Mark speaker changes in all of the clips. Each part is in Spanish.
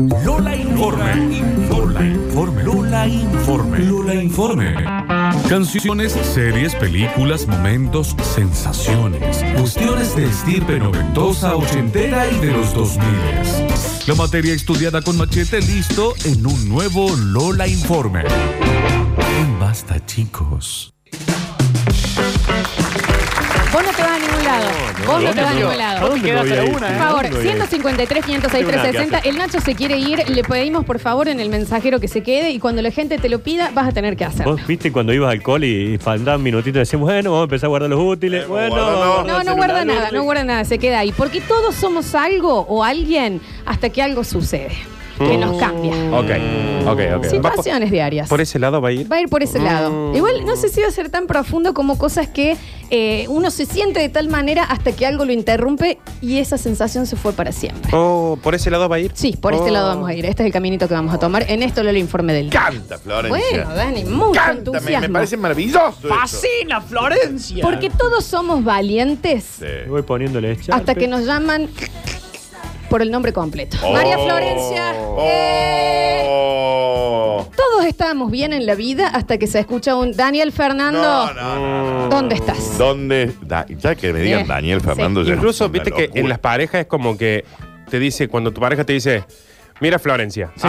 Speaker 1: Lola Informe. Lola Informe. Lola Informe. Lola Informe. Canciones, series, películas, momentos, sensaciones. Cuestiones de estirpe noventosa, ochentera y de los dos miles. La materia estudiada con machete listo en un nuevo Lola Informe. En Basta, chicos.
Speaker 2: Vos no te vas a ningún lado. Vos no te vas a ningún lado.
Speaker 3: ¿Dónde
Speaker 4: Queda
Speaker 3: me voy
Speaker 4: hasta
Speaker 3: a ir?
Speaker 4: una,
Speaker 2: Por
Speaker 4: ¿eh?
Speaker 2: favor,
Speaker 3: voy a ir?
Speaker 2: 153, 506,
Speaker 3: Tengo nada que
Speaker 2: 360.
Speaker 3: hacer.
Speaker 2: El Nacho se quiere ir. Le pedimos, por favor, en el mensajero que se quede. Y cuando la gente te lo pida, vas a tener que hacer.
Speaker 3: Vos viste cuando ibas al col y, y faltaban minutitos decíamos, bueno, vamos a empezar a guardar los útiles.
Speaker 4: Eh,
Speaker 3: bueno,
Speaker 4: guarda,
Speaker 3: vamos a
Speaker 4: no.
Speaker 2: No,
Speaker 3: guardar el
Speaker 2: no guarda
Speaker 3: celular,
Speaker 2: nada, no guarda nada, se queda ahí. Porque todos somos algo o alguien hasta que algo sucede, que nos cambia.
Speaker 4: Mm. Ok, ok, ok. Va por-
Speaker 2: Situaciones diarias.
Speaker 4: Por ese lado va a ir. Mm.
Speaker 2: Va a ir por ese lado. Igual no sé si va a ser tan profundo como cosas que eh, uno se siente de tal manera hasta que algo lo interrumpe y esa sensación se fue para siempre.
Speaker 4: Oh, por ese lado va a ir.
Speaker 2: Sí, por este
Speaker 4: Oh.
Speaker 2: lado vamos a ir. Este es el caminito que vamos a tomar. En esto lo informe del día.
Speaker 5: Canta, Florencia.
Speaker 2: Bueno, Dani, mucho
Speaker 5: Canta, me- me,
Speaker 2: entusiasmo.
Speaker 5: parece maravilloso. esto.
Speaker 6: ¡Fascina, Florencia!
Speaker 2: Porque todos somos valientes
Speaker 3: Me Voy poniéndole echarpe.
Speaker 2: hasta que nos llaman por el nombre completo.
Speaker 5: Oh.
Speaker 2: María Florencia. eh.
Speaker 5: Oh.
Speaker 2: Todos estábamos bien en la vida hasta que se escucha un Daniel Fernando.
Speaker 5: No, no, no.
Speaker 2: ¿Dónde estás?
Speaker 5: ¿Dónde? Da- ya que me digan
Speaker 2: Eh, Sí.
Speaker 5: Daniel Fernando. ya
Speaker 4: Mm. Incluso,
Speaker 5: es una
Speaker 4: viste que
Speaker 5: locura.
Speaker 4: en las parejas es como que te dice, cuando tu pareja te dice, mira Florencia. Sí,
Speaker 2: Sí,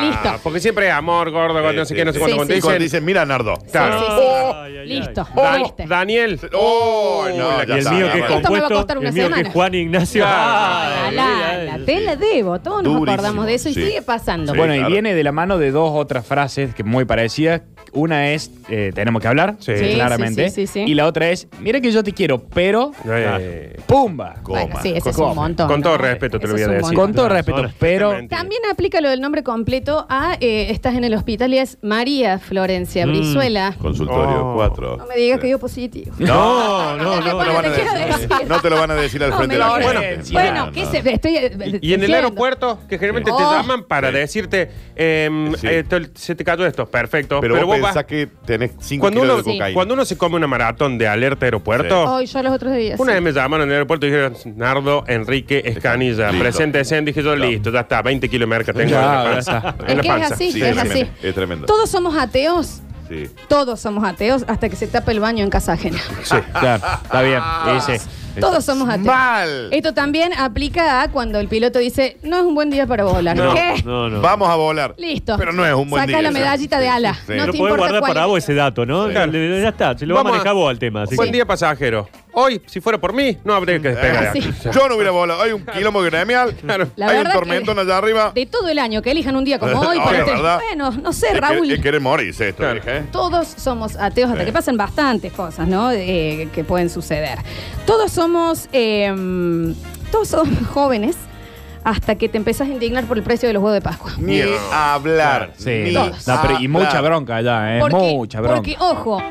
Speaker 2: sí, listo.
Speaker 4: Porque siempre es amor, gordo, gordo,
Speaker 5: Sí,
Speaker 4: no sé
Speaker 5: sí,
Speaker 4: qué, no
Speaker 5: sí.
Speaker 4: sé cuánto.
Speaker 2: Sí,
Speaker 4: cuando te
Speaker 5: Y cuando
Speaker 4: dicen,
Speaker 5: dicen, mira, Nardo.
Speaker 4: claro,
Speaker 2: Sí, sí, sí.
Speaker 3: Ay, ay,
Speaker 2: Listo.
Speaker 4: "Dan-
Speaker 2: volviste.
Speaker 4: Daniel.
Speaker 5: Oh, no,
Speaker 4: la
Speaker 5: ya
Speaker 3: Y el
Speaker 5: está,
Speaker 3: mío
Speaker 5: ya
Speaker 3: que es
Speaker 2: Esto me
Speaker 5: va.
Speaker 2: va a
Speaker 3: compuesto,
Speaker 2: costar una
Speaker 3: el mío que es
Speaker 2: semana.
Speaker 3: Juan Ignacio.
Speaker 2: Ah,
Speaker 3: Ay,
Speaker 2: la,
Speaker 3: ay,
Speaker 2: la,
Speaker 3: ay,
Speaker 2: te
Speaker 3: sí.
Speaker 2: la debo. Todos nos
Speaker 5: Durísimo,
Speaker 2: acordamos de eso y
Speaker 5: sí.
Speaker 2: sigue pasando.
Speaker 5: Sí.
Speaker 2: Bueno,
Speaker 7: bueno,
Speaker 5: claro.
Speaker 7: y viene de la mano de dos otras frases que muy parecidas. Una es, eh, tenemos que hablar,
Speaker 4: Sí.
Speaker 2: Sí,
Speaker 7: claramente.
Speaker 2: sí, sí, sí, sí.
Speaker 7: Y la otra es, mira que yo te quiero, pero... Ah,
Speaker 4: Eh,
Speaker 7: ¡Pumba!
Speaker 5: Coma.
Speaker 2: sí, ese es un
Speaker 7: Coma.
Speaker 2: montón.
Speaker 4: Con todo
Speaker 2: ¿no?
Speaker 4: respeto te lo voy
Speaker 2: Ese
Speaker 4: a
Speaker 2: es un
Speaker 4: decir.
Speaker 7: Con
Speaker 2: montón.
Speaker 7: todo
Speaker 4: Claro,
Speaker 7: respeto,
Speaker 4: ahora,
Speaker 7: pero...
Speaker 4: justamente.
Speaker 2: También aplica lo del nombre completo a eh, estás en el hospital y es María
Speaker 5: Mm.
Speaker 2: Florencia Brizuela.
Speaker 5: Consultorio
Speaker 4: Oh.
Speaker 5: 4.
Speaker 2: No me digas que dio positivo.
Speaker 3: No, no, no.
Speaker 5: No,
Speaker 2: Bueno,
Speaker 5: lo van a
Speaker 2: te quiero
Speaker 5: decir.
Speaker 2: decir.
Speaker 5: no te lo van a decir al
Speaker 2: No,
Speaker 5: frente
Speaker 2: me
Speaker 5: de la
Speaker 2: lo-
Speaker 5: gente.
Speaker 2: bueno,
Speaker 5: Mira,
Speaker 2: bueno,
Speaker 5: no,
Speaker 2: ¿qué
Speaker 5: no.
Speaker 2: se ve? Estoy, eh,
Speaker 4: Y, y en el aeropuerto, que generalmente te
Speaker 2: Oh.
Speaker 4: llaman para
Speaker 5: Sí.
Speaker 4: decirte, em,
Speaker 5: Sí.
Speaker 4: esto- se te cayó esto, perfecto.
Speaker 5: Pero, vos
Speaker 4: vas-
Speaker 5: pensás que tenés 5
Speaker 4: cuando
Speaker 5: kilos
Speaker 4: uno,
Speaker 5: de cocaína.
Speaker 4: cuando uno se come una maratón de alerta aeropuerto,
Speaker 2: Hoy yo los otros días.
Speaker 4: Una
Speaker 2: sí.
Speaker 4: vez me llamaron en el aeropuerto y dijeron Nardo Enrique Escanilla,
Speaker 5: Listo.
Speaker 4: presente en dije yo, listo, ya está, 20 kilos de merca tengo
Speaker 7: Ya,
Speaker 4: en la
Speaker 7: ya
Speaker 4: panza.
Speaker 7: está.
Speaker 4: En la
Speaker 2: Es que es
Speaker 4: panza.
Speaker 2: así,
Speaker 5: Sí,
Speaker 2: es
Speaker 5: es
Speaker 2: así.
Speaker 5: tremendo, es tremendo.
Speaker 2: Todos somos ateos.
Speaker 5: Sí.
Speaker 2: Todos somos ateos hasta que se tapa el baño en casa ajena.
Speaker 7: Sí, claro, está bien. Sí, sí.
Speaker 2: Todos somos ateos.
Speaker 5: Mal.
Speaker 2: Esto también aplica a cuando el piloto dice, no es un buen día para volar.
Speaker 3: No,
Speaker 2: ¿Qué?
Speaker 3: no, no.
Speaker 5: Vamos a volar.
Speaker 2: Listo.
Speaker 5: Pero no es un buen
Speaker 2: Saca
Speaker 5: día.
Speaker 2: la
Speaker 5: ese.
Speaker 2: medallita de ala.
Speaker 5: Sí.
Speaker 2: No
Speaker 3: Lo
Speaker 2: te
Speaker 3: podés
Speaker 2: importa
Speaker 3: guardar
Speaker 2: cuál
Speaker 3: para
Speaker 2: es.
Speaker 3: vos ese dato, ¿no?
Speaker 4: Claro.
Speaker 3: Le- Ya está, se lo va a
Speaker 4: Vamos a-
Speaker 3: manejar vos al tema. así
Speaker 4: Buen
Speaker 3: que-
Speaker 4: día pasajero. Hoy, si fuera por mí, no habría que despegar.
Speaker 2: Ah, sí.
Speaker 5: Yo no hubiera volado. Hay un quilombo gremial.
Speaker 2: La
Speaker 5: Hay un
Speaker 2: verdad que-
Speaker 5: tormentón allá arriba.
Speaker 2: De todo el año, que elijan un día como hoy.
Speaker 5: Ahora,
Speaker 2: para este-
Speaker 5: ¿verdad?
Speaker 2: Bueno, no sé,
Speaker 5: Es que-
Speaker 2: Raúl.
Speaker 5: Es querer morirse esto,
Speaker 4: Claro.
Speaker 5: dije, ¿eh?
Speaker 2: Todos somos ateos hasta
Speaker 5: Sí.
Speaker 2: que pasan bastantes cosas, ¿no? Eh, que pueden suceder. Todos somos, eh, todos somos jóvenes hasta que te empezás a indignar por el precio de los huevos de Pascua.
Speaker 5: Ni hablar.
Speaker 7: Sí,
Speaker 5: ni
Speaker 7: no, no, pero- y mucha
Speaker 5: hablar.
Speaker 7: bronca allá, ¿eh? mucha bronca.
Speaker 2: Porque, ojo,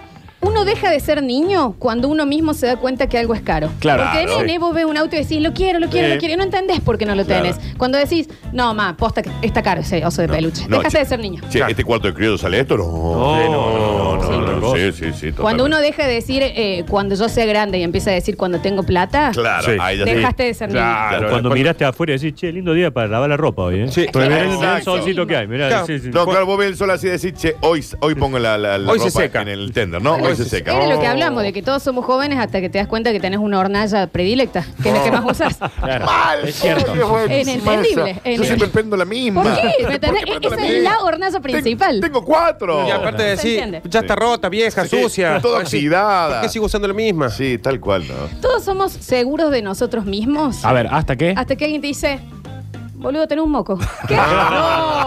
Speaker 2: uno deja de ser niño cuando uno mismo se da cuenta que algo es caro.
Speaker 7: Claro.
Speaker 2: Porque de
Speaker 5: Claro.
Speaker 2: nene vos ves un auto y decís, lo quiero, lo quiero,
Speaker 5: Sí.
Speaker 2: lo quiero. Y no entendés por qué no lo
Speaker 5: Claro.
Speaker 2: tenés. Cuando decís, no, ma, posta que está caro ese oso de peluche.
Speaker 5: No,
Speaker 2: Dejaste
Speaker 5: che-
Speaker 2: de ser niño.
Speaker 5: Che, ¿este cuarto de criollo sale esto? No. Sí, no, no,
Speaker 3: sí,
Speaker 5: no,
Speaker 3: otra
Speaker 5: no,
Speaker 3: cosa.
Speaker 5: Sí, sí, sí.
Speaker 2: Cuando
Speaker 5: totalmente.
Speaker 2: uno deja de decir, eh, cuando yo sea grande y empieza a decir, cuando tengo plata,
Speaker 5: Claro,
Speaker 4: Sí.
Speaker 5: ahí ya sí.
Speaker 2: dejaste de ser niño.
Speaker 4: Claro,
Speaker 5: Claro,
Speaker 4: cuando
Speaker 5: cuando-
Speaker 4: miraste afuera y decís, che, lindo día para lavar la ropa hoy, ¿eh? Sí,
Speaker 2: Pero
Speaker 4: mirá el-
Speaker 5: exacto.
Speaker 4: mirá el solcito que hay, mirá.
Speaker 5: Claro.
Speaker 4: sí, sí.
Speaker 5: No, claro, vos ves el sol así y decís, che, hoy, hoy pongo la, la, la
Speaker 4: Hoy se
Speaker 5: ropa
Speaker 4: seca.
Speaker 5: en el tender, ¿no? Hoy se seca.
Speaker 2: Era lo que
Speaker 5: Oh.
Speaker 2: hablamos, de que todos somos jóvenes hasta que te das cuenta que tenés una hornalla predilecta, que es la que más usas.
Speaker 7: Claro.
Speaker 5: Mal.
Speaker 7: Es cierto.
Speaker 5: Oye, buenísima
Speaker 2: Entendible,
Speaker 5: esa. Yo
Speaker 2: entendible.
Speaker 5: siempre prendo la misma.
Speaker 2: ¿Por qué? ¿Me entendés?
Speaker 5: prendo
Speaker 2: Esa es la hornaza
Speaker 5: Tengo-
Speaker 2: principal.
Speaker 5: Tengo cuatro.
Speaker 4: Y aparte
Speaker 2: Se
Speaker 4: decís,
Speaker 2: entiende.
Speaker 4: ya está rota, vieja,
Speaker 5: Sí,
Speaker 4: sucia.
Speaker 5: Toda
Speaker 4: Ay, sí,
Speaker 5: oxidada.
Speaker 4: ¿Por qué sigo usando la misma?
Speaker 5: Sí, tal cual, ¿no?
Speaker 2: Todos somos seguros de nosotros mismos.
Speaker 7: A ver, ¿hasta qué?
Speaker 2: Hasta que alguien te dice, boludo, tenés un moco. ¿Qué?
Speaker 7: No,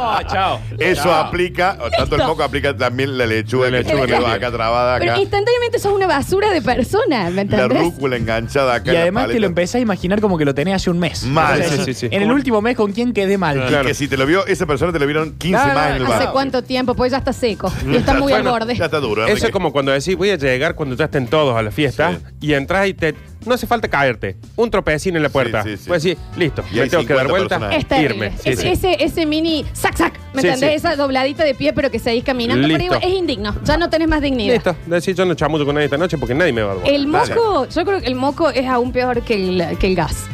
Speaker 7: Ah, chao.
Speaker 5: Eso aplica, o tanto el
Speaker 2: Listo.
Speaker 5: moco aplica también la lechuga
Speaker 4: La
Speaker 5: que
Speaker 4: lechuga
Speaker 5: que
Speaker 4: que
Speaker 5: quedó acá trabada
Speaker 2: Pero
Speaker 5: acá.
Speaker 2: instantáneamente sos una basura de persona, ¿me
Speaker 5: La
Speaker 2: entendés?
Speaker 5: rúcula enganchada acá. en
Speaker 7: Y
Speaker 5: la
Speaker 7: además te
Speaker 5: paleta.
Speaker 7: lo empezás a imaginar como que lo tenés hace un mes.
Speaker 5: Mal.
Speaker 7: O sea,
Speaker 4: Sí,
Speaker 7: decís,
Speaker 4: sí, sí.
Speaker 7: En el último mes, ¿con quién quedé mal?
Speaker 5: Y
Speaker 4: Claro.
Speaker 5: que si te lo vio, esa persona te lo vieron 15
Speaker 7: Claro,
Speaker 5: más en el
Speaker 2: ¿Hace
Speaker 5: bar.
Speaker 2: cuánto tiempo? Pues ya está seco y está muy al
Speaker 4: Bueno,
Speaker 2: borde.
Speaker 5: Ya está duro. ¿eh?
Speaker 4: Eso
Speaker 5: Enrique.
Speaker 4: es como cuando decís, voy a llegar cuando ya estén todos a la fiesta y entras y te. No hace falta caerte. Un tropecín en la puerta.
Speaker 5: Sí, sí, sí.
Speaker 4: Voy a decir, listo,
Speaker 5: Y
Speaker 4: me
Speaker 5: hay
Speaker 4: tengo que dar
Speaker 5: 50
Speaker 4: vuelta,
Speaker 5: personas.
Speaker 2: Es terrible.
Speaker 4: irme. Sí,
Speaker 2: Es-
Speaker 4: sí.
Speaker 2: Ese, ese mini sac sac, ¿me
Speaker 4: Sí,
Speaker 2: entendés?
Speaker 4: sí.
Speaker 2: Esa dobladita de pie, pero que seguís caminando. Pero
Speaker 4: Listo.
Speaker 2: igual es indigno. Ya no tenés más dignidad.
Speaker 4: Listo, decís, yo no chamuyo con nadie esta noche porque nadie me va a dar bola.
Speaker 2: El moco, yo creo que el moco es aún peor que el, que el gas.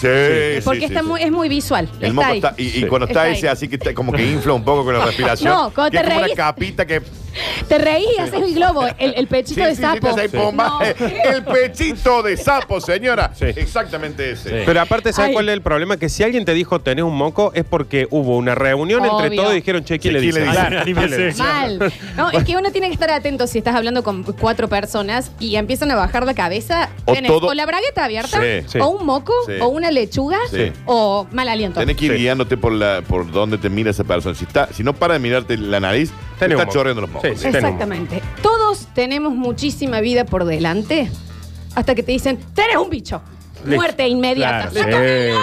Speaker 5: Sí,
Speaker 2: Porque
Speaker 5: sí,
Speaker 2: está
Speaker 5: sí,
Speaker 2: Muy,
Speaker 5: sí.
Speaker 2: es muy visual.
Speaker 5: El
Speaker 2: está
Speaker 5: moco
Speaker 2: ahí.
Speaker 5: está, y, y
Speaker 3: Sí.
Speaker 5: cuando está,
Speaker 2: Está ahí.
Speaker 5: ese así que está- como que infla un poco con la respiración.
Speaker 2: No, cuando
Speaker 5: que
Speaker 2: te
Speaker 5: es como
Speaker 2: reís.
Speaker 5: una capita que.
Speaker 2: Te reís y haces el globo, el, el
Speaker 5: Sí,
Speaker 2: pechito de
Speaker 5: sí, sí,
Speaker 2: sapo.
Speaker 5: te hace ahí pomba.
Speaker 2: No.
Speaker 5: El pechito de sapo, señora.
Speaker 4: Sí.
Speaker 5: Exactamente ese.
Speaker 4: Pero aparte, ¿sabes
Speaker 2: Ay.
Speaker 4: cuál es el problema? Que si alguien te dijo tenés un moco, es porque hubo una reunión entre
Speaker 2: Obvio.
Speaker 4: todos y dijeron, che, ¿quién le
Speaker 5: Sí, ¿quién le
Speaker 4: dice?
Speaker 5: dice?
Speaker 4: Claro, ¿quién le dice?
Speaker 2: Mal. No, es que uno tiene que estar atento si estás hablando con cuatro personas y empiezan a bajar la cabeza.
Speaker 5: O
Speaker 2: tenés
Speaker 5: todo-
Speaker 2: la bragueta abierta,
Speaker 5: Sí,
Speaker 4: sí.
Speaker 2: o un moco,
Speaker 5: Sí.
Speaker 2: o una lechuga,
Speaker 5: Sí.
Speaker 2: o mal aliento.
Speaker 5: Tenés que ir
Speaker 4: Sí.
Speaker 5: guiándote por, la, por donde te mira esa persona. Si, está, si no para de mirarte la nariz, te
Speaker 4: Tenés
Speaker 5: está
Speaker 4: un moco.
Speaker 5: chorreando los mocos.
Speaker 4: Sí, sí. tenemos.
Speaker 2: Exactamente. Todos tenemos muchísima vida por delante hasta que te dicen, eres un bicho.
Speaker 4: Listo.
Speaker 2: Muerte inmediata.
Speaker 7: Claro, sí,
Speaker 2: ¡Sácamelo!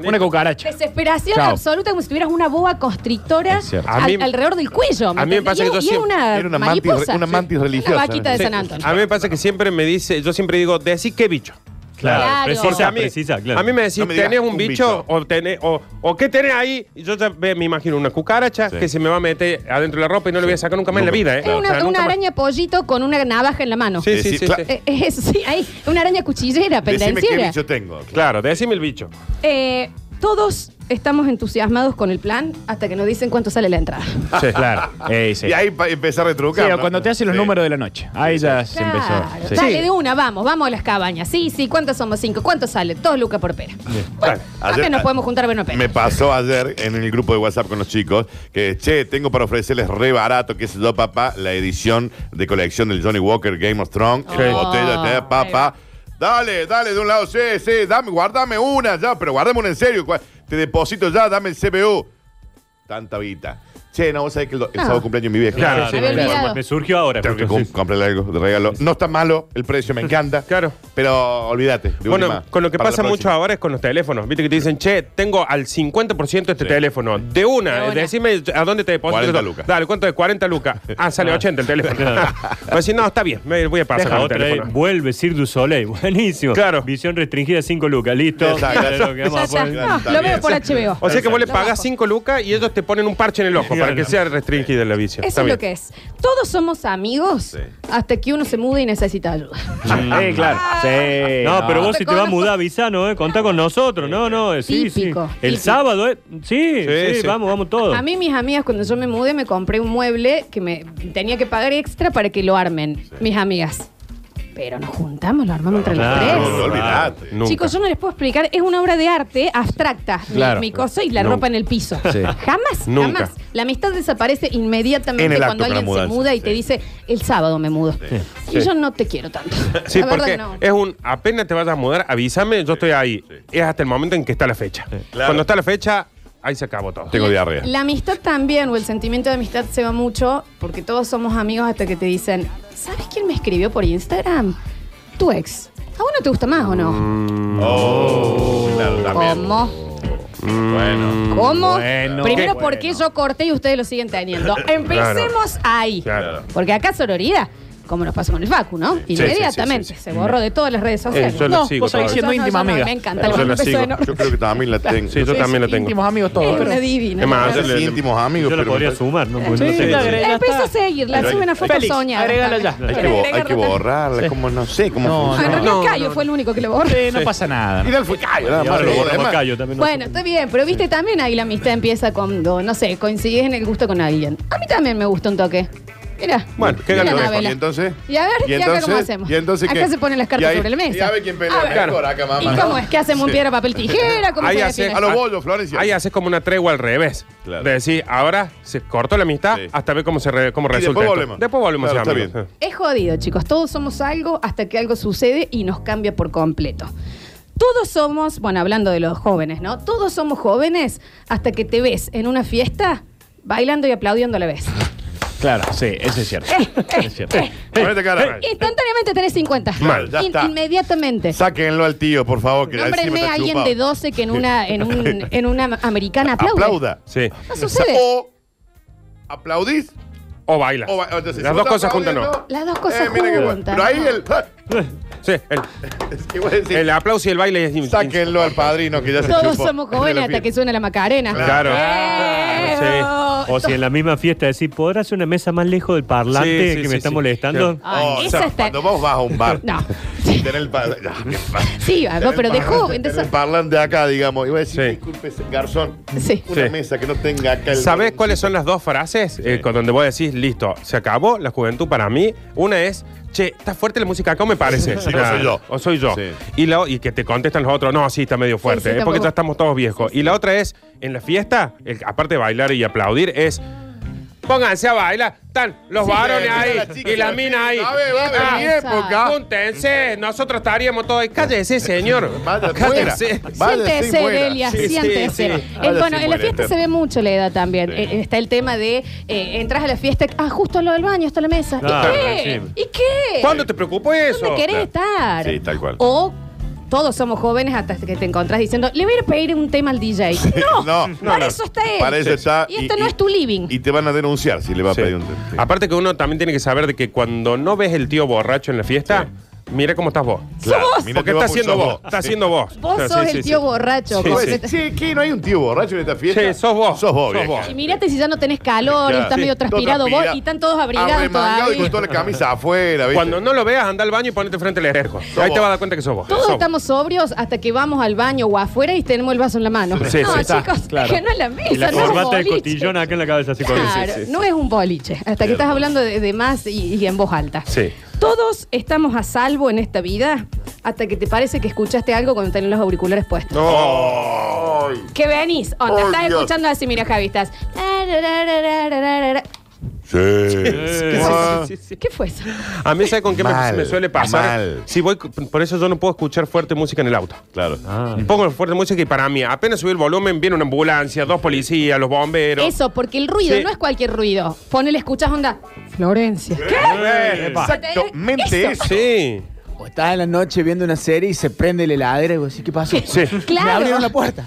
Speaker 7: sí. Una cucaracha.
Speaker 2: Desesperación
Speaker 7: Chao.
Speaker 2: absoluta, como si tuvieras una boa constrictora
Speaker 7: Es cierto.
Speaker 2: al-
Speaker 4: A mí-
Speaker 2: alrededor del cuello.
Speaker 4: a mí me
Speaker 2: entendés?
Speaker 4: pasa que
Speaker 2: Y
Speaker 4: yo
Speaker 2: es- y es
Speaker 4: siempre-
Speaker 2: una,
Speaker 5: Era una mantis-
Speaker 2: mariposa.
Speaker 5: una mantis religiosa.
Speaker 2: Una vaquita de
Speaker 5: Sí.
Speaker 2: San Antonio.
Speaker 4: A mí me pasa que siempre me dice, yo siempre digo, decí qué bicho.
Speaker 3: Claro,
Speaker 2: Claro.
Speaker 4: Porque
Speaker 3: precisa,
Speaker 4: a mí,
Speaker 3: precisa, claro.
Speaker 4: a mí me decís,
Speaker 5: No me digas
Speaker 4: ¿tenés un
Speaker 5: un
Speaker 4: bicho,
Speaker 5: bicho.
Speaker 4: O, tenés, o, o qué tenés ahí? Y Yo ya ve- me imagino una cucaracha que se me va a meter adentro de la ropa y no le voy a sacar nunca más en la vida. ¿eh?
Speaker 2: Es una,
Speaker 4: O sea,
Speaker 2: una
Speaker 4: nunca más.
Speaker 2: araña pollito con una navaja en la mano.
Speaker 4: Sí, sí,
Speaker 5: Decí-
Speaker 4: sí.
Speaker 5: cla-
Speaker 4: sí.
Speaker 2: Eh, eh, eso sí, ahí, una araña cuchillera,
Speaker 5: Decime qué
Speaker 2: pendenciera.
Speaker 5: bicho tengo.
Speaker 4: Claro, decime el bicho.
Speaker 2: Eh, todos estamos entusiasmados con el plan hasta que nos dicen cuánto sale la entrada.
Speaker 7: Sí, claro. Ey, sí.
Speaker 5: Y ahí pa- empezar a retrucar.
Speaker 7: Sí, o
Speaker 5: ¿no?
Speaker 7: cuando te hacen los
Speaker 5: Sí.
Speaker 7: números de la noche. Ahí ya se
Speaker 2: Claro.
Speaker 7: empezó. Sí.
Speaker 2: Dale de una, vamos, vamos a las cabañas. Sí, sí, ¿cuántos somos? Cinco. ¿Cuánto sale? Dos lucas por pera. Bueno,
Speaker 4: Vale.
Speaker 2: también
Speaker 5: Ayer-
Speaker 2: nos podemos juntar a ver una pera.
Speaker 5: Me pasó ayer en el grupo de WhatsApp con los chicos que, che, tengo para ofrecerles re barato, que es yo, papá, la edición de colección del Johnny Walker Game of Thrones,
Speaker 2: Sí.
Speaker 5: en botella,
Speaker 2: Oh,
Speaker 5: eh, papá. Dale, dale, de un lado, sí, sí, dame, guardame una ya, pero guardame una en serio. cua- Te deposito ya, dame el CBU. Tanta vida. Che, no, vos sabés que el, do- el
Speaker 2: No.
Speaker 5: sábado cumpleaños mi vieja.
Speaker 4: Ah. Claro,
Speaker 2: sí, Me había olvidado.
Speaker 3: me surgió ahora.
Speaker 5: Tengo que
Speaker 3: justo,
Speaker 5: com-
Speaker 3: sí.
Speaker 5: comprarle algo de regalo. No está malo, el precio me encanta.
Speaker 4: Claro.
Speaker 5: Pero olvídate. de
Speaker 4: Bueno,
Speaker 5: última,
Speaker 4: con lo que
Speaker 5: para la
Speaker 4: pasa mucho
Speaker 5: próxima.
Speaker 4: ahora es con los teléfonos. Viste que te dicen, che, tengo al 50% este teléfono. De una,
Speaker 2: De una.
Speaker 4: decime a dónde te deposito.
Speaker 5: 40
Speaker 4: esto.
Speaker 5: lucas.
Speaker 4: Dale, ¿cuánto de 40 lucas? Ah, sale 80 el teléfono. Pues si no, está bien, me voy a pasar
Speaker 3: Deja
Speaker 4: con el
Speaker 3: otra, eh,
Speaker 4: teléfono.
Speaker 3: vuelve Cirque du Soleil, buenísimo.
Speaker 4: Claro.
Speaker 3: Visión restringida, 5 lucas, listo.
Speaker 5: Exacto.
Speaker 3: Mira lo que vamos
Speaker 2: Ya
Speaker 3: a
Speaker 2: está.
Speaker 3: poner.
Speaker 5: Claro,
Speaker 2: No,
Speaker 5: está
Speaker 2: lo
Speaker 5: bien.
Speaker 2: veo por HBO.
Speaker 4: O sea que vos le pagás
Speaker 2: Lo bajo.
Speaker 4: 5 lucas y ellos te ponen un parche en el ojo para que sea restringida la visión.
Speaker 2: Eso es lo que es. Todos somos amigos hasta que uno se mude y necesita ayuda.
Speaker 7: Sí, claro. Sí.
Speaker 3: No, pero vos
Speaker 2: te
Speaker 3: si te vas a
Speaker 2: conozco.
Speaker 3: mudar, avisanos, ¿eh? Contá con nosotros. No, no, eh, sí, sí.
Speaker 2: Típico,
Speaker 3: El
Speaker 2: típico.
Speaker 3: sábado, ¿eh? Sí, sí,
Speaker 4: sí.
Speaker 3: vamos, vamos todos.
Speaker 2: A mí, mis amigas, cuando yo me mudé, me compré un mueble que me tenía que pagar extra para que lo armen. Mis amigas. Pero nos juntamos, lo armamos entre los
Speaker 3: Claro.
Speaker 2: tres.
Speaker 5: No, no, olvidate.
Speaker 4: Nunca.
Speaker 2: Chicos, yo no les puedo explicar, es una obra de arte abstracta, mi-
Speaker 7: Claro.
Speaker 2: mi, cosa y la
Speaker 4: Nunca.
Speaker 2: ropa en el piso.
Speaker 7: Sí.
Speaker 2: Jamás,
Speaker 4: Nunca.
Speaker 2: jamás. La amistad desaparece inmediatamente
Speaker 5: En el
Speaker 2: cuando
Speaker 5: acto con la
Speaker 2: alguien se
Speaker 5: mudanza,
Speaker 2: muda y te
Speaker 5: sí.
Speaker 2: dice, el sábado me mudo. Y yo no te quiero tanto.
Speaker 4: Sí,
Speaker 2: la verdad
Speaker 4: porque
Speaker 2: que no.
Speaker 4: es un apenas te vayas a mudar, avísame, yo estoy ahí. Es hasta el momento en que está la fecha. Cuando está la fecha, ahí se acabó todo.
Speaker 5: Tengo diarrea.
Speaker 2: La amistad también, o el sentimiento de amistad se va mucho, porque todos somos amigos hasta que te dicen, ¿sabes quién me escribió por Instagram? Tu ex. ¿A uno te gusta más o no?
Speaker 4: Mm.
Speaker 5: Oh, claro, también.
Speaker 2: ¿Cómo?
Speaker 4: Mm.
Speaker 5: Bueno.
Speaker 2: ¿Cómo?
Speaker 7: Bueno,
Speaker 2: Primero,
Speaker 7: bueno.
Speaker 2: porque yo corté y ustedes lo siguen teniendo? Empecemos ahí.
Speaker 4: Claro.
Speaker 2: Porque acá sororidad, como nos pasó con el Facu, ¿no? Inmediatamente.
Speaker 4: sí, sí, sí.
Speaker 2: Se borró de todas las redes sociales.
Speaker 4: Eh, yo lo
Speaker 2: no,
Speaker 4: sigo
Speaker 2: vos seguís
Speaker 4: todavía.
Speaker 2: siendo
Speaker 7: Yo no,
Speaker 2: íntima
Speaker 7: yo no,
Speaker 2: amiga.
Speaker 7: me
Speaker 2: Me
Speaker 7: encanta
Speaker 2: encanta.
Speaker 4: Yo la lo sigo. sigo.
Speaker 5: Yo creo que también la tengo.
Speaker 4: Sí, yo también la tengo.
Speaker 7: Íntimos amigos todos.
Speaker 2: Es una divina.
Speaker 4: Es más,
Speaker 2: la
Speaker 4: ayer
Speaker 2: verdad.
Speaker 4: le-
Speaker 5: Sí, íntimos amigos.
Speaker 3: Yo la
Speaker 5: pero
Speaker 3: podría
Speaker 5: me parece-
Speaker 3: sumar, ¿no? Porque no
Speaker 7: Sí,
Speaker 3: sé-
Speaker 7: la agregué. Ya
Speaker 2: Empiezo
Speaker 7: está.
Speaker 2: a seguirla,
Speaker 5: Pero
Speaker 2: sube
Speaker 5: hay-
Speaker 2: una foto
Speaker 7: Félix,
Speaker 2: soñada.
Speaker 7: agrégala
Speaker 2: también.
Speaker 5: Hay
Speaker 7: ya.
Speaker 5: que,
Speaker 2: Para
Speaker 5: bo- hay
Speaker 2: agregarla
Speaker 5: que
Speaker 2: también.
Speaker 5: borrarla, como no sé cómo
Speaker 7: No,
Speaker 2: Ah, En
Speaker 5: funciona.
Speaker 2: realidad
Speaker 4: No,
Speaker 2: Cayo
Speaker 4: no,
Speaker 2: fue el único que le borró.
Speaker 7: Sí, no pasa nada.
Speaker 5: Mira el Fucayo, nada
Speaker 3: Y
Speaker 5: más,
Speaker 3: ahora
Speaker 5: lo
Speaker 3: lo
Speaker 5: demás.
Speaker 3: borro Macayo también. no sé.
Speaker 2: Bueno, está bien, pero viste también ahí la amistad empieza cuando, no sé, coincides en el gusto con alguien. A mí también me gusta un toque. Mira,
Speaker 4: Bueno, ¿qué
Speaker 2: mira
Speaker 4: ganó
Speaker 2: la
Speaker 4: eso?
Speaker 2: vela.
Speaker 5: ¿Y entonces?
Speaker 2: Y a ver, ¿y, acá cómo hacemos?
Speaker 5: ¿Y entonces
Speaker 2: acá
Speaker 5: qué?
Speaker 2: se ponen las
Speaker 5: Y
Speaker 2: cartas
Speaker 5: ahí-
Speaker 2: sobre la mesa.
Speaker 5: Y a ver quién pelea
Speaker 2: A ver.
Speaker 5: mejor acá, mamá.
Speaker 2: ¿Y cómo es? ¿Qué hacemos? ¿Un
Speaker 5: Sí.
Speaker 2: piedra, papel, tijera? ¿Cómo
Speaker 4: Ahí
Speaker 2: se
Speaker 4: hace-
Speaker 2: define?
Speaker 5: A los bollos, Florencia.
Speaker 4: Ahí haces como una tregua al revés.
Speaker 5: Claro.
Speaker 4: De decir, ahora se cortó la amistad
Speaker 5: Sí.
Speaker 4: hasta ver cómo, se re- cómo
Speaker 5: Y
Speaker 4: resulta.
Speaker 5: después
Speaker 4: esto.
Speaker 5: volvemos.
Speaker 4: Después volvemos,
Speaker 5: Claro,
Speaker 4: sí,
Speaker 5: está
Speaker 4: amigos.
Speaker 2: Es jodido, chicos. Todos somos algo hasta que algo sucede y nos cambia por completo. Todos somos, bueno, hablando de los jóvenes, ¿no? Todos somos jóvenes hasta que te ves en una fiesta bailando y aplaudiendo a la vez.
Speaker 7: Claro, sí, eso es cierto. es cierto.
Speaker 5: Ponete cara.
Speaker 2: Instantáneamente tenés 50.
Speaker 5: Mal, ya está.
Speaker 2: inmediatamente.
Speaker 5: Sáquenlo al tío, por favor. Que encima
Speaker 2: Nómbrenme
Speaker 5: está
Speaker 2: a alguien
Speaker 5: chupado.
Speaker 2: de 12 que en una, en un- en una americana aplaude.
Speaker 5: Aplauda. Oh.
Speaker 4: Sí.
Speaker 2: No sucede.
Speaker 5: O aplaudís
Speaker 4: O baila.
Speaker 5: o va- entonces, si
Speaker 4: Las
Speaker 5: vos
Speaker 4: dos
Speaker 5: estás
Speaker 4: cosas juntas no.
Speaker 5: aplaudiendo,
Speaker 2: Las dos cosas
Speaker 5: mira qué Eh, bueno.
Speaker 2: juntas,
Speaker 5: Pero ahí
Speaker 2: no.
Speaker 5: el...
Speaker 4: Sí, el,
Speaker 5: ¿Qué voy a decir?
Speaker 4: el aplauso y el baile es
Speaker 5: Sáquenlo al padrino que ya se
Speaker 2: Todos
Speaker 5: chupó.
Speaker 2: somos jóvenes hasta que suene la Macarena. Eh,
Speaker 4: Claro.
Speaker 2: Pero-
Speaker 3: O si en la misma fiesta decís, ¿podrás hacer una mesa más lejos del parlante
Speaker 4: Sí, sí,
Speaker 3: que me
Speaker 4: sí,
Speaker 3: está
Speaker 4: sí.
Speaker 3: molestando?
Speaker 2: Ay, esa
Speaker 5: Oh, o sea,
Speaker 2: está-
Speaker 5: Cuando vos vas a un bar
Speaker 2: No. Sí.
Speaker 5: Tener el par- Ya, qué par-
Speaker 2: Sí, va,
Speaker 5: tener
Speaker 2: pero
Speaker 5: el
Speaker 2: de
Speaker 5: parlante-
Speaker 2: joven, de
Speaker 5: tener
Speaker 2: esa-
Speaker 5: el parlante acá, digamos. Y voy a decir,
Speaker 4: Sí.
Speaker 5: disculpe, ese garzón,
Speaker 2: Sí.
Speaker 5: una
Speaker 4: Sí.
Speaker 5: mesa que no tenga acá el.
Speaker 4: ¿Sabés cuáles son las dos frases eh, con donde vos decís, listo, se acabó la juventud para mí? Una es, che, está fuerte la música acá, o me parece.
Speaker 5: Sí, o soy yo.
Speaker 4: O soy yo.
Speaker 5: Sí.
Speaker 4: Y, la o- y que te contestan los otros, no, sí, está medio fuerte,
Speaker 2: sí,
Speaker 4: es
Speaker 2: está
Speaker 4: porque
Speaker 2: como-
Speaker 4: ya estamos todos viejos. Y la otra es, en la fiesta, el- aparte de bailar y aplaudir, es. Pónganse a bailar, están los varones
Speaker 5: mira
Speaker 4: ahí
Speaker 5: la chica,
Speaker 4: y las
Speaker 5: sí.
Speaker 4: minas ahí.
Speaker 5: A ver, va a haber
Speaker 4: Ah,
Speaker 5: mi época.
Speaker 4: Júntense, nosotros estaríamos todos ahí. Cállese, señor.
Speaker 5: Vaya, fuera.
Speaker 4: Cállese.
Speaker 5: Vaya, sí,
Speaker 2: Siéntese,
Speaker 5: muera.
Speaker 2: Delia,
Speaker 4: Sí, sí, sí.
Speaker 2: siéntese.
Speaker 5: Vaya,
Speaker 2: En- bueno,
Speaker 5: sí,
Speaker 2: en la
Speaker 5: muera,
Speaker 2: fiesta
Speaker 5: Esther.
Speaker 2: se ve mucho la edad también.
Speaker 5: Sí.
Speaker 2: Eh, está el tema de eh, entras a la fiesta, ah, justo al lado del baño, está la mesa.
Speaker 5: Ah,
Speaker 3: Claro,
Speaker 2: ¿Y qué?
Speaker 3: sí.
Speaker 2: ¿Y qué?
Speaker 4: ¿Cuándo te preocupó eso?
Speaker 2: ¿Dónde querés estar?
Speaker 5: Sí, tal cual.
Speaker 2: O todos somos jóvenes hasta que te encontrás diciendo, le voy a ir a pedir un tema al DJ. No,
Speaker 5: no,
Speaker 2: no,
Speaker 5: no,
Speaker 2: para
Speaker 5: no.
Speaker 2: eso está él.
Speaker 5: Para eso está.
Speaker 2: Y esto no es tu living.
Speaker 5: Y te van a denunciar si le vas
Speaker 4: Sí.
Speaker 5: a pedir un. sí.
Speaker 4: Aparte que uno también tiene que saber de que cuando no ves el tío borracho en la fiesta, mira cómo estás vos.
Speaker 5: Claro,
Speaker 2: Somos-
Speaker 5: mira
Speaker 4: Porque
Speaker 5: que
Speaker 4: está
Speaker 5: vos
Speaker 4: haciendo
Speaker 5: sos
Speaker 4: vos. Está haciendo vos.
Speaker 2: Vos
Speaker 4: Claro,
Speaker 2: sos
Speaker 4: sí,
Speaker 2: el
Speaker 4: sí,
Speaker 2: tío
Speaker 4: sí.
Speaker 2: borracho.
Speaker 4: Sí,
Speaker 5: Vos
Speaker 2: con-
Speaker 4: sí.
Speaker 5: decís, "Che, ¿qué? ¿No hay un tío borracho en esta fiesta?
Speaker 4: Sí, sos vos.
Speaker 5: Sos vos,
Speaker 4: Sos
Speaker 5: vieja.
Speaker 4: vos.
Speaker 2: Y mírate si ya no tenés calor, estás
Speaker 5: Sí,
Speaker 2: medio
Speaker 5: todo
Speaker 2: transpirado vos
Speaker 5: transpirado.
Speaker 2: y están todos abrigados
Speaker 5: Arremangado y
Speaker 2: todavía.
Speaker 5: con toda la camisa afuera, ¿viste?
Speaker 4: Cuando no lo veas, anda al baño y ponete frente al espejo. Ahí
Speaker 5: vos.
Speaker 4: te vas a dar cuenta que sos vos.
Speaker 2: Todos
Speaker 4: Sos vos.
Speaker 2: estamos sobrios hasta que vamos al baño o afuera y tenemos el vaso en la mano.
Speaker 4: Sí,
Speaker 2: no,
Speaker 4: sí,
Speaker 7: está,
Speaker 2: chicos,
Speaker 7: claro.
Speaker 2: que no es la mesa,
Speaker 3: Y la
Speaker 2: no es un
Speaker 3: corbata de
Speaker 2: boliche.
Speaker 3: cotillón acá en la cabeza, así con
Speaker 2: Claro, no es un boliche, hasta que estás hablando de, de más y, y en voz alta.
Speaker 4: Sí.
Speaker 2: Todos estamos a salvo en esta vida hasta que te parece que escuchaste algo cuando tenés los auriculares puestos.
Speaker 5: No.
Speaker 2: Que venís, onda,
Speaker 5: Oh,
Speaker 2: estás
Speaker 5: Dios.
Speaker 2: escuchando así, mira, Javi, estás.
Speaker 5: Sí.
Speaker 4: Sí, sí, sí, sí.
Speaker 2: ¿Qué fue eso?
Speaker 4: A mí, ¿sabes con qué me-
Speaker 5: Mal,
Speaker 4: me suele pasar?
Speaker 5: mal.
Speaker 4: Si voy, por eso yo no puedo escuchar fuerte música en el auto. Ah.
Speaker 5: Claro.
Speaker 4: Pongo fuerte música y para mí, apenas subí el volumen, viene una ambulancia, dos policías, los bomberos.
Speaker 2: Eso, porque el ruido
Speaker 4: Sí.
Speaker 2: no es cualquier ruido. Ponele, escuchas, onda. Florencia. ¿Qué?
Speaker 5: Eh, Exactamente eso.
Speaker 4: Sí.
Speaker 6: O estás en la noche viendo una serie y se prende el heladero y vos decís, ¿qué pasó?
Speaker 4: Sí.
Speaker 2: Claro.
Speaker 6: Me abrieron la puerta.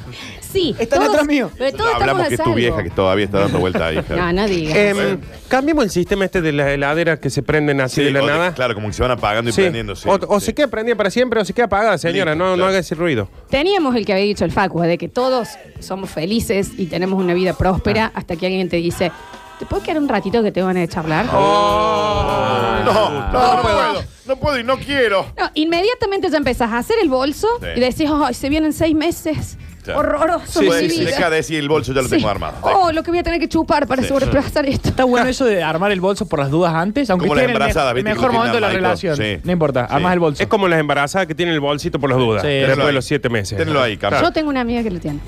Speaker 2: Sí.
Speaker 6: Están atrás mío.
Speaker 2: Pero todos estamos
Speaker 5: Hablamos
Speaker 2: a
Speaker 5: que es tu
Speaker 2: salvo.
Speaker 5: vieja que todavía está dando vuelta ahí.
Speaker 2: No, no digas.
Speaker 6: Eh,
Speaker 4: Em, cambiemos el sistema este de las heladeras que se prenden así
Speaker 5: Sí,
Speaker 4: de la
Speaker 5: o de-
Speaker 4: nada.
Speaker 5: Claro, como que se van apagando y
Speaker 4: Sí.
Speaker 5: prendiendo. sí,
Speaker 4: o o
Speaker 5: sí.
Speaker 4: se queda prendida para siempre o se queda apagada, señora.
Speaker 5: Listo,
Speaker 4: no, no
Speaker 5: claro.
Speaker 4: haga ese ruido.
Speaker 2: Teníamos el que había dicho el Facu, de que todos somos felices y tenemos una vida próspera
Speaker 5: Ah.
Speaker 2: hasta que alguien te dice, ¿te puedo quedar un ratito que te van a charlar?
Speaker 5: Oh. Ah, No, no, no,
Speaker 2: No.
Speaker 5: puedo. No puedo y no quiero.
Speaker 2: No, inmediatamente ya empezás a hacer el bolso
Speaker 5: Sí.
Speaker 2: y decís, ay, se vienen seis meses.
Speaker 5: Ya.
Speaker 2: Horroroso
Speaker 4: Sí,
Speaker 2: mi
Speaker 5: Puedes
Speaker 4: sí,
Speaker 2: vida.
Speaker 5: dejar Pues, de decir el bolso, ya lo
Speaker 2: Sí.
Speaker 5: tengo armado.
Speaker 2: Oh, lo que voy a tener que chupar para sobrepasar esto.
Speaker 6: Está bueno eso de armar el bolso por las dudas antes, aunque
Speaker 5: Como
Speaker 6: esté
Speaker 5: las
Speaker 6: en el me-
Speaker 5: embarazadas, ¿viste?
Speaker 6: mejor
Speaker 5: Que lo
Speaker 6: momento de la
Speaker 5: tienen al
Speaker 6: relación.
Speaker 5: balcón. Sí.
Speaker 6: No importa, armas
Speaker 5: Sí.
Speaker 6: el bolso.
Speaker 4: Es como las embarazadas que tienen el bolsito por las dudas.
Speaker 6: Sí.
Speaker 4: después
Speaker 5: Tenlo
Speaker 4: de
Speaker 5: ahí.
Speaker 4: los siete meses.
Speaker 5: Tenlo ahí,
Speaker 2: Yo
Speaker 5: Camilo.
Speaker 2: tengo una amiga que lo tiene.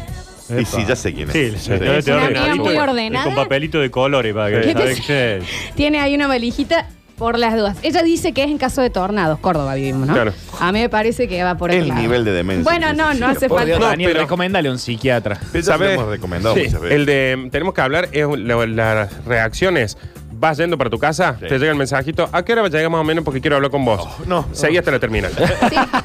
Speaker 5: Y sí, ya sé quién es.
Speaker 3: Sí,
Speaker 5: Sí.
Speaker 3: señora
Speaker 2: Es una amiga
Speaker 3: ordenadito,
Speaker 2: muy
Speaker 3: y
Speaker 2: ordenada.
Speaker 3: Con papelito de colores para que
Speaker 2: ¿Qué te-
Speaker 3: ¿sabes qué?
Speaker 2: Tiene ahí una valijita por las dudas. Ella dice que es en caso de tornados. Córdoba vivimos, ¿no?
Speaker 4: Claro.
Speaker 2: A mí me parece que va por
Speaker 5: El
Speaker 2: ese lado.
Speaker 5: nivel de demencia.
Speaker 2: Bueno, no,
Speaker 5: Sí, sí,
Speaker 2: no
Speaker 5: sí,
Speaker 2: hace
Speaker 5: por
Speaker 2: falta.
Speaker 4: No,
Speaker 6: Daniel,
Speaker 4: pero-
Speaker 6: recoméndale a un psiquiatra.
Speaker 5: Pero ya se
Speaker 4: ¿Sabes?
Speaker 5: lo hemos recomendado
Speaker 4: Sí.
Speaker 5: muchas veces.
Speaker 4: El de tenemos que hablar es lo- las reacciones. Vas yendo para tu casa,
Speaker 5: Sí. Oh,
Speaker 4: te llega el mensajito. ¿A qué hora llegas más o menos? Porque quiero hablar con vos.
Speaker 5: no.
Speaker 4: Seguí hasta la terminal.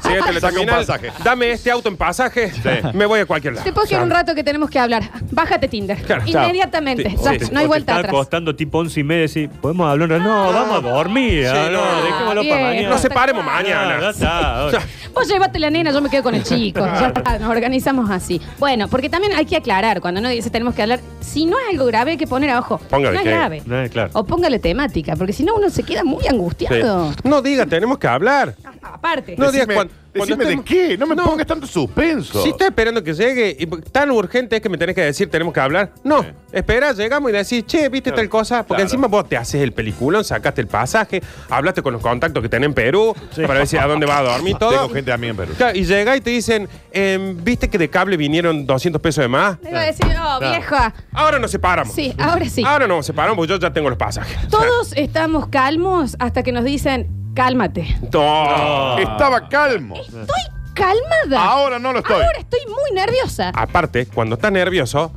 Speaker 4: Seguí hasta
Speaker 5: Saca
Speaker 4: la
Speaker 5: un
Speaker 4: terminal.
Speaker 5: pasaje.
Speaker 4: Dame este auto en pasaje. Me voy a cualquier lado.
Speaker 2: Te puedo quedar un rato que tenemos que hablar. Bájate Tinder.
Speaker 4: Claro,
Speaker 6: chao.
Speaker 2: Inmediatamente.
Speaker 4: Sí,
Speaker 2: Ya,
Speaker 4: sí,
Speaker 2: no hay vuelta
Speaker 3: Está
Speaker 2: atrás.
Speaker 3: acostando tipo once y media decir, ¿podemos hablar? No, vamos a dormir. ah,
Speaker 4: Sí,
Speaker 3: no,
Speaker 4: no.
Speaker 3: dejémoslo para
Speaker 2: Bien.
Speaker 3: mañana.
Speaker 4: No separemos
Speaker 2: Ah,
Speaker 4: mañana.
Speaker 3: Ya, ya está.
Speaker 4: Ya.
Speaker 2: Vos llévate la nena, yo me quedo con el chico. Ya está, nos organizamos así. Bueno, porque también hay que aclarar, cuando uno dice tenemos que hablar, si no es algo grave hay que poner abajo.
Speaker 4: Póngale
Speaker 2: no es
Speaker 4: que-
Speaker 2: grave.
Speaker 3: No, claro.
Speaker 2: O póngale temática, porque si no uno se queda muy
Speaker 4: Sí.
Speaker 2: angustiado.
Speaker 4: No diga, tenemos que hablar.
Speaker 2: Aparte.
Speaker 4: No digas
Speaker 5: Decime,
Speaker 4: cuan- cuando
Speaker 5: decime de
Speaker 4: estemos-
Speaker 5: qué. No me pongas tanto suspenso.
Speaker 4: Si estás esperando que llegue, y tan urgente es que me tenés que decir, tenemos que hablar. No,
Speaker 5: Sí.
Speaker 4: espera, llegamos y decís, che, viste tal cosa. Porque
Speaker 5: Claro.
Speaker 4: encima vos te haces el peliculón, sacaste el pasaje, hablaste con los contactos que tenés en Perú para decir a dónde va a dormir todo.
Speaker 5: Ah, Tengo gente a mí en Perú.
Speaker 4: Claro, Y llega y te dicen, em, viste que de cable vinieron 200 pesos de más.
Speaker 2: Le iba a decir, oh, vieja.
Speaker 4: Ahora nos separamos.
Speaker 2: Sí, ahora sí.
Speaker 4: Ahora nos separamos porque yo ya tengo los pasajes.
Speaker 2: Todos estamos calmos hasta que nos dicen, cálmate.
Speaker 4: No.
Speaker 5: Estaba calmo.
Speaker 2: Estoy calmada.
Speaker 4: Ah,
Speaker 5: Ahora no lo estoy.
Speaker 2: Ahora estoy muy nerviosa.
Speaker 4: Aparte, cuando estás nervioso,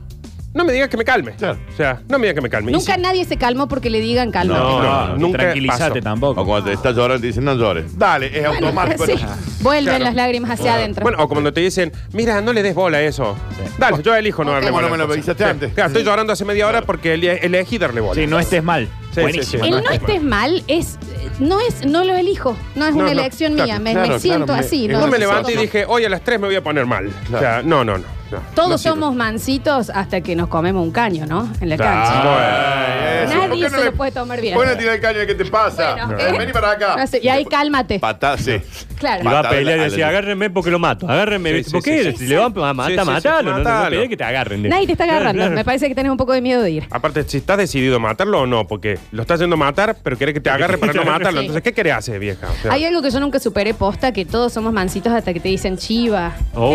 Speaker 4: no me digas que me calme.
Speaker 5: Claro.
Speaker 4: O sea, no me digas que me calme. Y
Speaker 2: Nunca
Speaker 4: si-
Speaker 2: nadie se calmó porque le digan cálmate.
Speaker 4: No,
Speaker 7: No,
Speaker 4: no,
Speaker 7: no,
Speaker 4: nunca
Speaker 7: tranquilízate
Speaker 4: pasó.
Speaker 5: O
Speaker 7: tampoco.
Speaker 5: cuando te estás llorando te dicen no llores. Dale, es
Speaker 2: Bueno,
Speaker 5: automático.
Speaker 2: sí. Vuelven
Speaker 4: Claro.
Speaker 2: las lágrimas hacia adentro.
Speaker 4: Bueno, o cuando te dicen, mira, no le des bola a eso. Dale, yo elijo no darle
Speaker 5: Ok.
Speaker 4: bola.
Speaker 5: Bueno, me lo
Speaker 4: a las
Speaker 5: avisaste
Speaker 4: cosas.
Speaker 5: antes.
Speaker 4: Sí. Claro, estoy llorando hace media hora porque ele- elegí darle bola.
Speaker 7: Sí, no estés mal.
Speaker 4: sí,
Speaker 7: Buenísimo.
Speaker 4: sí.
Speaker 2: el no estés mal es no es no lo elijo, no es
Speaker 4: No,
Speaker 2: una
Speaker 4: no,
Speaker 2: elección
Speaker 4: claro, eh,
Speaker 2: mía, me,
Speaker 5: claro,
Speaker 2: me siento
Speaker 5: claro, me-
Speaker 2: así.
Speaker 5: es
Speaker 4: No
Speaker 5: una
Speaker 4: me levanté y
Speaker 2: siento-
Speaker 4: dije, hoy a las 3 me voy a poner mal. O sea, no, no, no. No,
Speaker 2: Todos
Speaker 4: no sirve.
Speaker 2: somos mansitos hasta que nos comemos un caño, ¿no? En la cancha.
Speaker 5: Ah, bueno, eso.
Speaker 2: Nadie
Speaker 5: ¿Por qué
Speaker 2: se lo puede tomar bien?
Speaker 5: Bueno, tirar el caño, ¿qué te pasa?
Speaker 2: Bueno,
Speaker 5: Eh,
Speaker 2: eh.
Speaker 5: Vení para acá.
Speaker 2: No sé, y ahí cálmate.
Speaker 5: Patá, sí.
Speaker 2: Claro.
Speaker 3: Y va a
Speaker 5: Mataba
Speaker 3: pelear y
Speaker 5: la-
Speaker 3: decía,
Speaker 5: la-
Speaker 3: agárrenme porque lo mato, agárrenme.
Speaker 4: Sí,
Speaker 3: ¿viste?
Speaker 4: sí,
Speaker 3: ¿Por
Speaker 4: sí,
Speaker 3: qué?
Speaker 4: sí.
Speaker 3: Si le van a matar,
Speaker 4: Sí, sí, sí,
Speaker 3: matalo. No, no, no
Speaker 4: matalo.
Speaker 3: pelees que te agarren.
Speaker 2: Nadie te está agarrando.
Speaker 3: Claro, claro.
Speaker 2: Me parece que tenés un poco de miedo de ir.
Speaker 4: Aparte, si estás decidido a matarlo o no, porque lo estás yendo a matar, pero querés que te agarre para no matarlo.
Speaker 2: Sí.
Speaker 4: Entonces, ¿qué querés hacer, vieja? O sea,
Speaker 2: Hay algo que yo nunca superé posta, que todos somos mansitos hasta que te dicen chiva.
Speaker 3: Oh,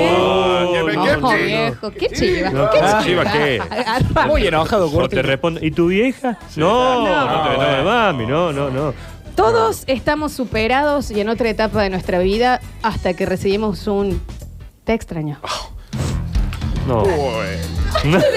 Speaker 5: ¿Qué?
Speaker 3: no.
Speaker 5: ¿Qué?
Speaker 2: Ojo,
Speaker 5: chiva?
Speaker 2: viejo, qué chiva,
Speaker 5: chiva?
Speaker 2: qué
Speaker 4: Ah,
Speaker 2: chiva.
Speaker 4: chiva, ¿qué?
Speaker 2: Agarra.
Speaker 7: Muy enojado,
Speaker 3: O te
Speaker 7: Gorti.
Speaker 3: responde, ¿y tu vieja?
Speaker 2: No.
Speaker 3: No, no, te- no, mami, no, no, no.
Speaker 2: Todos estamos superados y en otra etapa de nuestra vida hasta que recibimos un te extraño.
Speaker 3: No.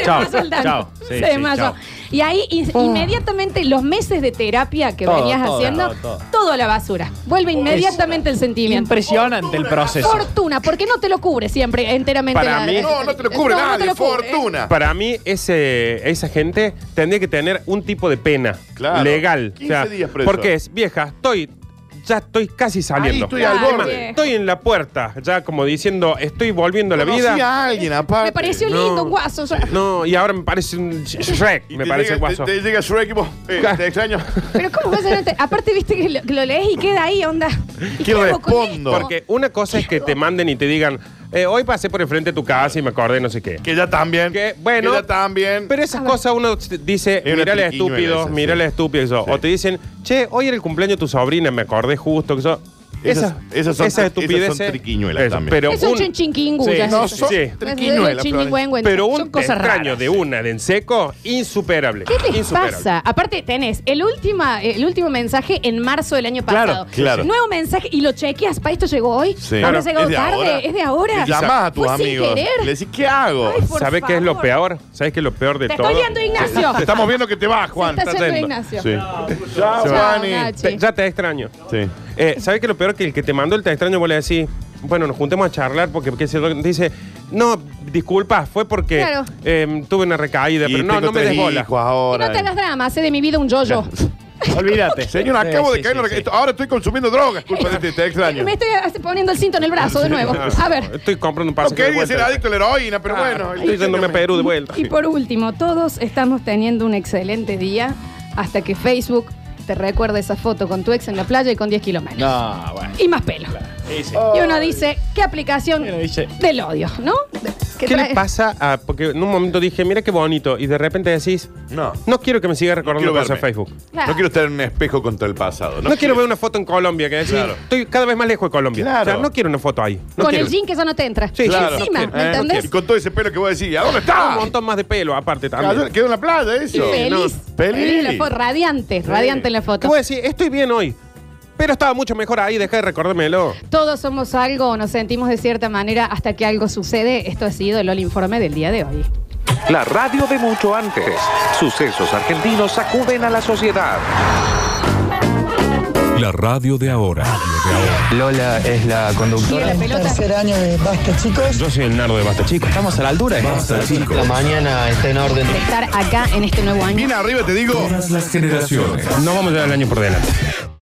Speaker 7: Chao,
Speaker 2: Se desmayó el
Speaker 7: chao.
Speaker 2: Dani.
Speaker 7: Sí,
Speaker 2: Se
Speaker 7: sí,
Speaker 2: desmayó.
Speaker 7: chao.
Speaker 2: Y ahí in- inmediatamente los meses de terapia que
Speaker 7: Todo,
Speaker 2: venías
Speaker 7: todo,
Speaker 2: haciendo,
Speaker 7: todo, todo.
Speaker 2: todo a la basura. Vuelve inmediatamente el sentimiento.
Speaker 7: Impresionante el proceso.
Speaker 2: Fortuna, porque no te lo cubre siempre enteramente.
Speaker 4: Para
Speaker 2: la-
Speaker 4: mí-
Speaker 5: No, no te lo cubre
Speaker 2: Eh, No, no
Speaker 5: nadie,
Speaker 2: te lo cubre.
Speaker 5: fortuna.
Speaker 4: Para mí, ese, esa gente tendría que tener un tipo de pena
Speaker 5: Claro.
Speaker 4: legal.
Speaker 5: 15 días preso.
Speaker 4: Porque es, vieja, estoy, ya estoy casi saliendo.
Speaker 5: estoy al
Speaker 2: Claro,
Speaker 5: borde.
Speaker 2: viejo.
Speaker 4: Estoy en la puerta, ya como diciendo, estoy volviendo a la
Speaker 5: Conocí
Speaker 4: vida.
Speaker 5: a alguien, aparte.
Speaker 2: Me pareció lindo, un guaso. o sea,
Speaker 4: No, y ahora me parece un Shrek,
Speaker 5: Y
Speaker 4: me
Speaker 5: te
Speaker 4: parece
Speaker 5: llega-
Speaker 4: guaso.
Speaker 5: Te, te llega su equipo. Eh,
Speaker 4: Claro.
Speaker 5: te extraño.
Speaker 2: Pero ¿cómo vas a hacer este- Aparte, viste que lo, que lo lees y queda ahí, onda. ¿Y
Speaker 5: ¿Qué
Speaker 2: hago con
Speaker 5: respondo?
Speaker 2: esto?
Speaker 4: Porque una cosa es que te manden y te digan, eh, hoy pasé por el frente de tu casa y me acordé no sé qué.
Speaker 5: Que ya también.
Speaker 4: Que, bueno,
Speaker 5: Que ya también.
Speaker 4: Pero esas cosas uno t- dice,
Speaker 5: Es una
Speaker 4: mirá el
Speaker 5: triquiñuela
Speaker 4: estúpido,
Speaker 5: esa,
Speaker 4: mirá
Speaker 5: sí.
Speaker 4: el estúpido. eso.
Speaker 5: Sí.
Speaker 4: O te dicen, che, hoy era el cumpleaños de tu sobrina, me acordé justo. Que eso.
Speaker 5: Esas-
Speaker 4: Esas,
Speaker 5: esas son- esas son
Speaker 4: estupideces-
Speaker 5: triquiñuelas también.
Speaker 4: Pero
Speaker 2: Eso
Speaker 4: un,
Speaker 2: es un chinchinguya.
Speaker 4: Sí, no,
Speaker 2: eso.
Speaker 4: son-
Speaker 2: Eso
Speaker 4: sí.
Speaker 2: es un
Speaker 5: triquiñuela,
Speaker 2: chinyingüengüen.
Speaker 4: pero
Speaker 2: Son
Speaker 4: un
Speaker 2: cosas
Speaker 4: extraño
Speaker 2: raras.
Speaker 4: de una de en seco, insuperable.
Speaker 2: ¿Qué les
Speaker 4: Insuperable.
Speaker 2: pasa? Aparte, tenés el, última, eh, el último mensaje en marzo del año pasado.
Speaker 5: Claro, claro.
Speaker 2: Nuevo mensaje y lo chequeas. ¿Para esto llegó hoy?
Speaker 5: Sí.
Speaker 2: ¿Habrá
Speaker 5: Claro,
Speaker 2: llegado
Speaker 5: es de
Speaker 2: tarde?
Speaker 5: ahora.
Speaker 2: ¿Es de ahora?
Speaker 5: Y llamás a tus
Speaker 2: Fue sin
Speaker 5: amigos.
Speaker 2: querer.
Speaker 5: Le decís, ¿qué hago?
Speaker 2: Ay, por
Speaker 4: ¿Sabes qué es lo
Speaker 2: favor.
Speaker 4: peor? ¿Sabes qué es lo peor de
Speaker 2: Te
Speaker 4: todo?
Speaker 2: estoy viendo, Ignacio.
Speaker 5: Te estamos viendo que te vas, Juan.
Speaker 2: Se está
Speaker 5: Estás
Speaker 2: yendo
Speaker 5: yendo.
Speaker 2: Ignacio.
Speaker 5: Sí. Chao,
Speaker 2: Chao,
Speaker 5: Juani.
Speaker 2: Nacho.
Speaker 4: Te- ya te extraño.
Speaker 5: Sí.
Speaker 4: Eh, ¿Sabes qué es lo peor? Que el que te mandó el te extraño vos le decís, bueno, nos juntemos a charlar porque qué sé yo, te dice, no, disculpa, fue porque
Speaker 2: Claro.
Speaker 4: em, tuve una recaída,
Speaker 5: Y
Speaker 4: pero no,
Speaker 5: tengo
Speaker 4: no me
Speaker 5: tres
Speaker 4: des bola.
Speaker 5: hijos
Speaker 2: Y
Speaker 5: ahora.
Speaker 2: no te hagas drama, hace de mi vida un yo-yo.
Speaker 7: Olvídate.
Speaker 5: Señor,
Speaker 7: Sí,
Speaker 5: acabo
Speaker 7: sí,
Speaker 5: de caer.
Speaker 7: sí,
Speaker 5: en la-
Speaker 7: sí.
Speaker 5: esto- Ahora estoy consumiendo drogas, culpa de este, te extraño.
Speaker 2: Me estoy hace- poniendo el cinto en el brazo de nuevo. A ver.
Speaker 4: Estoy comprando
Speaker 5: No
Speaker 4: un pasaje de
Speaker 5: quería
Speaker 4: vuelta.
Speaker 5: ser adicto a la heroína, pero
Speaker 4: Ah,
Speaker 5: bueno.
Speaker 4: estoy yéndome a Perú de vuelta.
Speaker 2: Y por último, todos estamos teniendo un excelente día hasta que Facebook te recuerda esa foto con tu ex en la playa y con 10 kilómetros.
Speaker 7: No, bueno.
Speaker 2: Y más pelo. Y uno dice, ¿qué aplicación
Speaker 7: Uno dice-
Speaker 2: del odio, no? De- que
Speaker 4: ¿Qué
Speaker 2: trae-
Speaker 4: le pasa a.? Porque en un momento dije, mira qué bonito, y de repente decís,
Speaker 5: No.
Speaker 4: no quiero que me siga recordando
Speaker 5: quiero
Speaker 4: cosas en
Speaker 5: verme.
Speaker 4: Facebook.
Speaker 2: Claro.
Speaker 5: No quiero estar en un espejo contra el pasado.
Speaker 4: No, quiero ver una foto en Colombia, que decís,
Speaker 5: Claro.
Speaker 4: estoy cada vez más lejos de Colombia.
Speaker 5: Claro.
Speaker 4: O sea, no quiero una foto ahí. No
Speaker 2: con
Speaker 4: quiero.
Speaker 2: el jean que ya no te entra.
Speaker 4: Sí, claro.
Speaker 2: Encima,
Speaker 4: No quiero.
Speaker 2: ¿me
Speaker 4: Eh, no
Speaker 2: entendés?
Speaker 5: Y con todo ese pelo que vos decís, ¿a dónde
Speaker 4: Un
Speaker 5: está?
Speaker 4: montón más de pelo, aparte
Speaker 5: Cayó-
Speaker 4: también.
Speaker 5: Quedó en la playa
Speaker 2: Y
Speaker 5: eso.
Speaker 2: feliz.
Speaker 5: No.
Speaker 2: Feliz la
Speaker 5: Feliz.
Speaker 2: foto, radiante, radiante en la
Speaker 4: ¿Qué
Speaker 2: foto.
Speaker 4: voy a decir? Estoy bien hoy. Pero estaba mucho mejor ahí, deja de recordármelo.
Speaker 2: Todos somos algo o nos sentimos de cierta manera hasta que algo sucede. Esto ha sido el All Informe del día de hoy.
Speaker 8: La radio de mucho antes. Sucesos argentinos sacuden a la sociedad.
Speaker 1: La radio de ahora.
Speaker 9: Lola es la
Speaker 2: Sigue
Speaker 9: conductora.
Speaker 2: la pelota.
Speaker 10: Tercer año de Basta, chicos.
Speaker 4: Yo soy el nardo de Basta Chico.
Speaker 9: Estamos a la altura.
Speaker 1: Basta, chicos.
Speaker 9: La mañana está en orden.
Speaker 2: de estar acá en este nuevo año.
Speaker 5: Bien arriba te digo.
Speaker 1: Todas las generaciones.
Speaker 4: No vamos a llegar el año por delante.